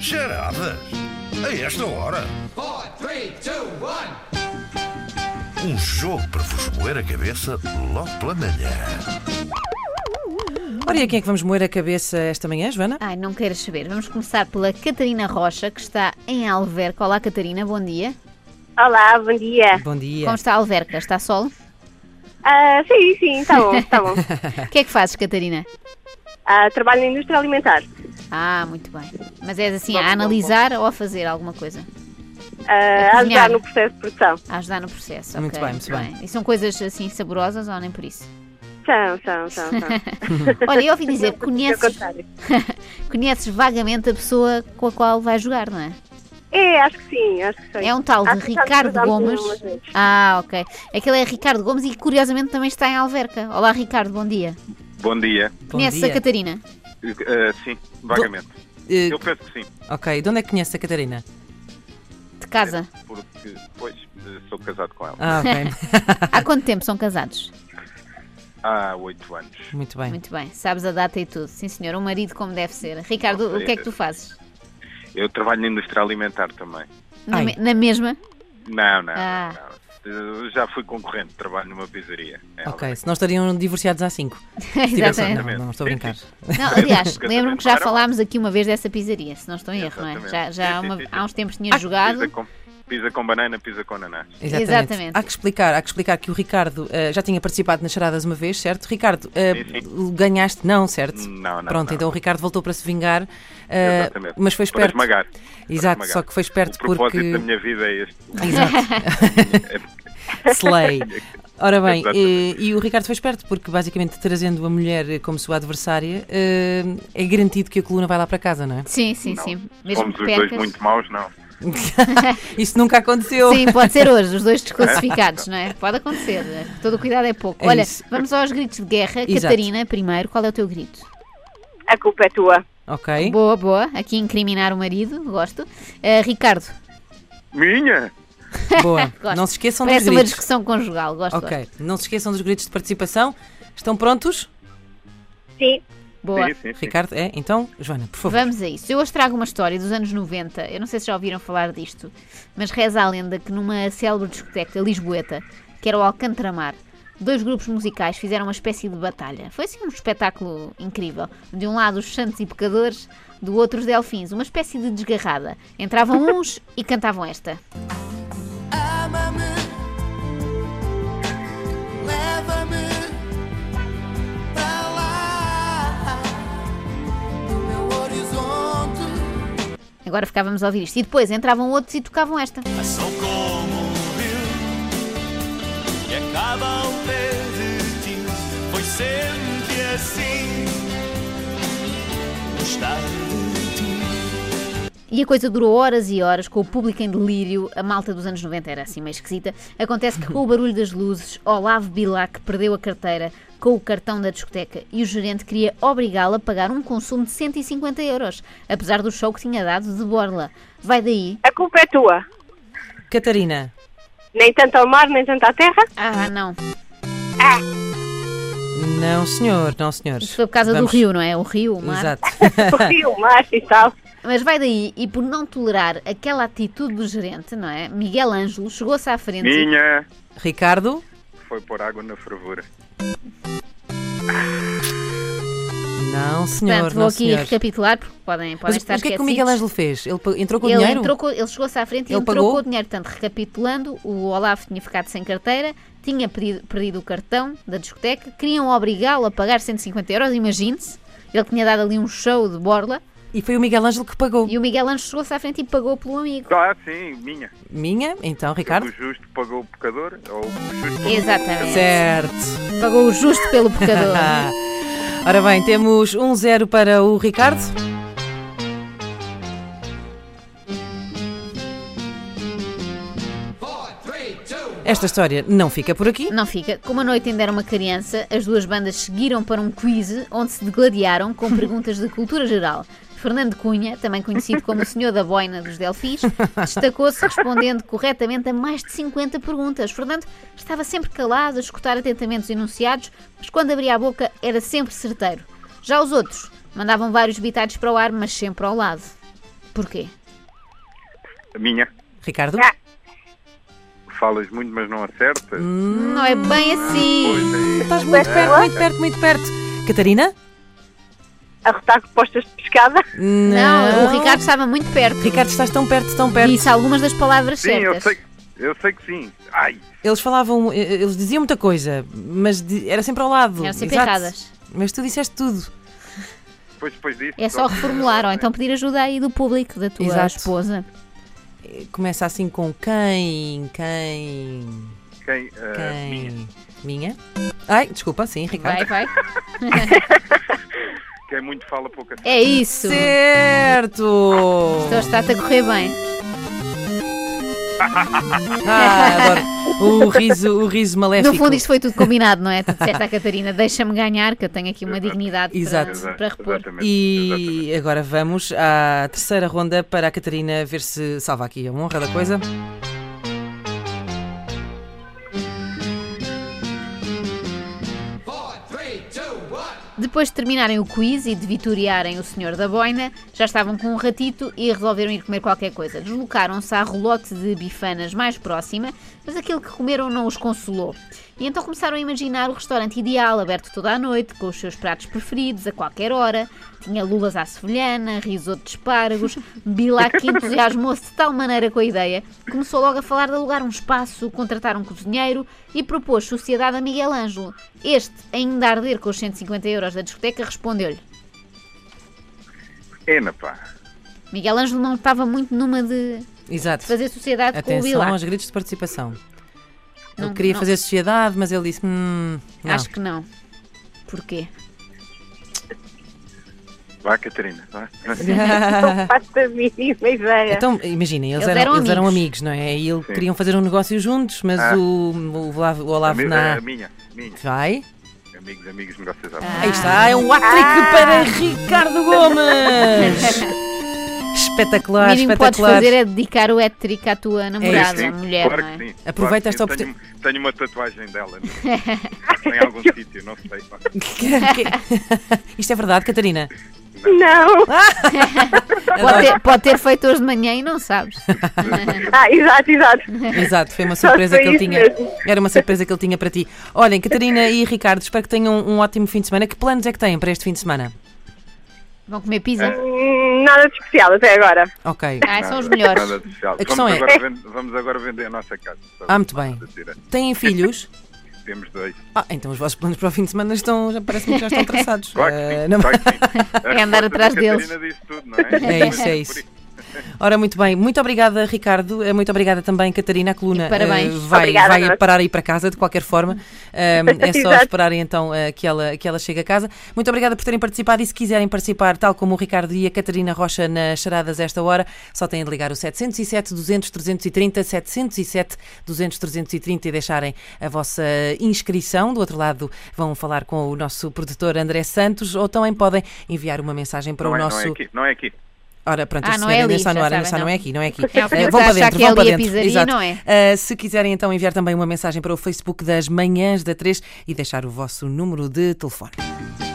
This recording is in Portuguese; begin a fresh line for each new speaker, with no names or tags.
Charadas? A esta hora?
Four, three, two, one.
Um jogo para vos moer a cabeça logo pela manhã.
Ora, e a quem é que vamos moer a cabeça esta manhã, Joana?
Ai, não queiras saber. Vamos começar pela Catarina Rocha, que está em Alverca. Olá, Catarina, bom dia.
Olá, bom dia.
Bom dia.
Como está a Alverca? Está sol?
Ah, sim, sim, está bom, está bom.
O que é que fazes, Catarina?
Ah, trabalho na indústria alimentar.
Ah, muito bem. Mas és assim, a analisar ou a fazer alguma coisa?
Ah,
A cozinhar.
ajudar no processo de produção.
A ajudar no processo, ok.
Muito bem, muito bem.
E são coisas assim saborosas ou nem por isso?
São, são, são, são.
Olha, eu ouvi dizer,
Não, ao
conheces,
contrário.
conheces vagamente a pessoa com a qual vais jogar, não é?
É, acho que sim, acho que sim.
É um tal de
Acho que já nos
Ricardo
cruzámos
Gomes.
algumas vezes.
Ah, ok. Aquele é Ricardo Gomes e curiosamente também está em Alverca. Olá, Ricardo, bom dia.
Bom dia.
Bom
Conheces
dia.
a Catarina?
Eh, sim, vagamente.
Eh,
Eu penso que sim,
ok, de onde é que conheces a Catarina?
De casa.
porque pois eh, sou casado com ela
Ah, ok.
Há quanto tempo são casados?
há oito anos.
Muito bem.
Muito bem, sabes a data e tudo. Sim, senhor, um marido como deve ser. Ricardo, o que é que tu fazes?
Eu trabalho na indústria alimentar também.
Na,
Ai.
me- na mesma?
Não, não,
Ah.
não, não. Eh, Já fui concorrente, trabalho numa pizzaria. É em
Ok, senão estariam divorciados há cinco.
Exatamente.
Não, não, estou a brincar.
Não, aliás,
Casamento
lembro-me que já
era
falámos aqui uma vez dessa pizzaria, se não estou em erro, não é?
Exatamente.
Já, já há,
Sim,
uma-
sim, sim,
há uns tempos tinha
Alverca.
jogado.
Pizza com, pizza com banana, pizza com ananás.
Exatamente.
Exatamente.
Há que explicar, há que explicar que o Ricardo eh, já tinha participado nas charadas uma vez, certo? Ricardo, eh,
Sim,
ganhaste? Não, certo?
Não, não,
Pronto,
não.
então o Ricardo voltou para se vingar, eh,
Exatamente.
mas foi
Para
esperto.
esmagar.
Exato,
para esmagar.
só que foi esperto
O propósito
porque-
da minha vida é este.
Exato. Slay. Ora bem, eh,
Exatamente.
e, o Ricardo foi esperto porque basicamente trazendo a mulher eh, como sua adversária eh, é garantido que a coluna vai lá para casa, não é?
Sim, sim,
Não,
sim. Mesmo
Somos
que
os dois
percas.
muito maus, não.
Isso nunca aconteceu.
Sim, pode ser hoje, os dois desclassificados, não é? Pode acontecer. né? Todo o cuidado é pouco.
É
Olha,
isso.
vamos aos gritos de guerra.
Exato.
Catarina, primeiro, qual é o teu grito?
A culpa é tua.
Ok.
Boa, boa. Aqui incriminar o marido, gosto. Eh, Ricardo,
Minha!
Boa.
Gosto.
Não se esqueçam dos
parece uma
gritos.
discussão conjugal, gosto. gosto.
Ok. Não se esqueçam dos gritos de participação. Estão prontos?
Sim.
Boa.
Sim, sim, sim.
Ricardo, é? Então, Joana, por favor.
Vamos a isso. Eu hoje trago uma história dos anos 90. Eu não sei se já ouviram falar disto, mas reza a lenda que numa célebre discoteca lisboeta, que era o Alcantramar, dois grupos musicais fizeram uma espécie de batalha. Foi assim um espetáculo incrível. De um lado os santos e pecadores, do outro os delfins. Uma espécie de desgarrada. Entravam uns e cantavam esta.
Ama-me, leva-me para lá do meu horizonte.
Agora ficávamos a ouvir isto. E depois entravam outros e tocavam esta.
Sou É como o rio que acaba ao pé de ti. um Foi sempre assim. Gostar de ti.
E a coisa durou horas e horas, com o público em delírio, a malta dos anos 90 era assim meio esquisita. Acontece que com o barulho das luzes, Olavo Bilac perdeu a carteira com o cartão da discoteca e o gerente queria obrigá-la a pagar um consumo de 150 euros, apesar do show que tinha dado de borla. Vai daí.
A culpa é tua.
Catarina.
Nem tanto ao mar, nem tanto à terra.
Ah, não.
Não, senhor. Não, senhores.
Isso foi por causa
Vamos.
do rio, não é? O rio, o mar.
Exato.
O rio, o mar e tal.
Mas vai daí, e por não tolerar aquela atitude do gerente, não é? Miguel Ângelo chegou-se à frente.
Minha!
Ricardo.
Foi pôr água na fervura.
Não, senhor.
Portanto, vou
não,
aqui
senhor.
recapitular, porque podem,
Mas
podem
o que
estar
é que o Miguel
esquecidos.
Ângelo fez? Ele pa- entrou com o
ele
dinheiro?
entrou com- ele chegou-se à frente e
Ele
entrou
pagou?
com o dinheiro. Portanto, recapitulando, o Olavo tinha ficado sem carteira, tinha pedido- perdido o cartão da discoteca, queriam obrigá-lo a pagar 150 euros, imagine-se. Ele tinha dado ali um show de borla
E foi o Miguel Ângelo que pagou.
e o Miguel Anjo chegou-se à frente e pagou pelo amigo.
Ah, sim, minha.
Minha? Então,
O
Ricardo.
justo pagou o pecador? Ou o justo pagou
Exatamente.
Certo.
Pagou o justo pelo pecador.
Ah. Ora bem, temos 1-0 para o Ricardo. Esta história não fica por aqui.
Não fica. Como a noite ainda era uma criança, as duas bandas seguiram para um quiz onde se degladiaram com perguntas de cultura geral. Fernando Cunha, também conhecido como o Senhor da Boina dos Delfins, destacou-se respondendo corretamente a mais de 50 perguntas. Fernando estava sempre calado a escutar atentamente os enunciados, mas quando abria a boca era sempre certeiro. Já os outros mandavam vários bitados para o ar, mas sempre ao lado. Porquê?
A minha.
Ricardo?
Ah.
Falas muito, mas não acertas.
Hum.
Não é bem assim.
Pois é.
Estás muito perto, muito perto, muito perto. Catarina?
Arrotar postas de pescada.
Não, o Ricardo estava muito perto.
Ricardo, estás tão perto, tão perto.
Disse algumas das palavras
Sim, eu
certas.
sei, eu sei que sim. Ai,
Eles falavam, eh, eles diziam muita coisa, mas di- era sempre ao lado.
Eram sempre
Exato.
erradas.
Mas tu disseste tudo.
depois, depois disso.
É só reformular, ou então pedir ajuda aí do público, da tua
Exato.
esposa.
Eh, Começa assim com quem, quem,
Quem? ah, minha.
quem. Minha? Ai, desculpa, sim,
Vai,
Ricardo.
vai.
Quem muito fala, pouco acerta.
É isso.
Certo!
Então está-te a correr bem.
Ah, adoro. O riso, o riso maléfico.
No fundo, isto foi tudo combinado, não é? Tu disseste à Catarina, deixa-me ganhar, que eu tenho aqui uma dignidade
Exato.
Para, para repor.
Exatamente. Exatamente.
E agora vamos à terceira ronda para a Catarina ver se salva aqui a honra da coisa.
Four, three, two, one.
Depois de terminarem o quiz e de vitoriarem o senhor da boina, já estavam com um ratito e resolveram ir comer qualquer coisa. Deslocaram-se à rolote de bifanas mais próxima, mas aquilo que comeram não os consolou. E então começaram a imaginar o restaurante ideal, aberto toda a noite, com os seus pratos preferidos, a qualquer hora. Tinha lulas à sevilhana, risoto de espargos. Bilac entusiasmou-se de tal maneira com a ideia, que começou logo a falar de alugar um espaço, contratar um cozinheiro e propôs sociedade a Miguel Ângelo. Este, ainda a arder com os 150 euros da discoteca, respondeu-lhe.
Ena, pá.
Miguel Ângelo não estava muito numa de
Exato.
fazer sociedade com o
Atenção
Bilac.
aos gritos de participação.
Não,
Ele queria
não.
fazer sociedade, mas ele disse: hum, não.
Acho que não. Porquê?
Vá, Catarina. Vá.
Não faço a mínima ideia.
Então, imaginem, eles,
Eles
eram,
eram
eles eram amigos, não é? E eles
Sim.
queriam fazer um negócio juntos, mas
Ah.
o, o, Olavo- o
A,
Olavo
mi-
na.
a minha, minha.
Vai.
Amigos, amigos, negócios.
Ah,
Aí está, é um hat-trick
Ah.
para Ricardo Gomes! espetacular,
o mínimo que podes
Ah, espetacular.
fazer é dedicar o hat-trick à tua namorada,
Sim,
mulher,
É claro
não é?
que sim.
Aproveita
Claro que
esta
sim. Tenho, tenho uma tatuagem dela. no- em algum sítio, não sei. pá.
Isto é verdade, Catarina?
Não.
Ah! Pode ter, pode ter feito hoje de manhã e não sabes.
Ah, exato, exato.
Exato, foi uma
Só
surpresa
foi
que ele
isso
tinha.
mesmo.
Era uma surpresa que ele tinha para ti. Olhem, Catarina e Ricardo, espero que tenham um ótimo fim de semana. Que planos é que têm para este fim de semana?
Vão comer pizza?
Hum, Nada de especial até agora.
Ok.
Ah, são os
Nada-
melhores.
nada de especial.
A questão
vamos,
é-
agora vend- vamos agora vender a nossa casa.
Ah, muito bem.
Tira.
Têm filhos?
Temos dois.
Ah, então os vossos planos para o fim de semana estão, já parece-me que já estão traçados.
Claro que
Ah,
sim,
não-
claro que sim. A
É andar
resposta
atrás
da
deles.
Catarina disse tudo, não é?
É isso, é isso. Ora, muito bem, muito obrigada, Ricardo. Eh, Muito obrigada também, Catarina. A coluna
E parabéns.
eh, vai,
Obrigada,
vai
nós.
parar aí para casa, de qualquer forma. Eh, é só
Exato.
esperar então eh, que ela, que ela chegue a casa. Muito obrigada por terem participado e se quiserem participar, tal como o Ricardo e a Catarina Rocha nas charadas esta hora, só têm de ligar o 707 200 330 707 200 330 e deixarem a vossa inscrição. Do outro lado vão falar com o nosso produtor André Santos ou também podem enviar uma mensagem para
Não
o
é, não
nosso
é aqui, não é aqui.
Ora, pronto,
Ah,
a
não
senhora
é
ainda
ali,
está no
já
ar, ainda
sabem,
está, não é
não.
aqui, não é aqui.
É, o
Eh,
Filipe
vão para
está a achar
dentro,
que é
vão para
ali a
dentro.
pizzaria,
Exato.
não é?
Eh, se quiserem então enviar também uma mensagem para o Facebook das Manhãs da 3 e deixar o vosso número de telefone.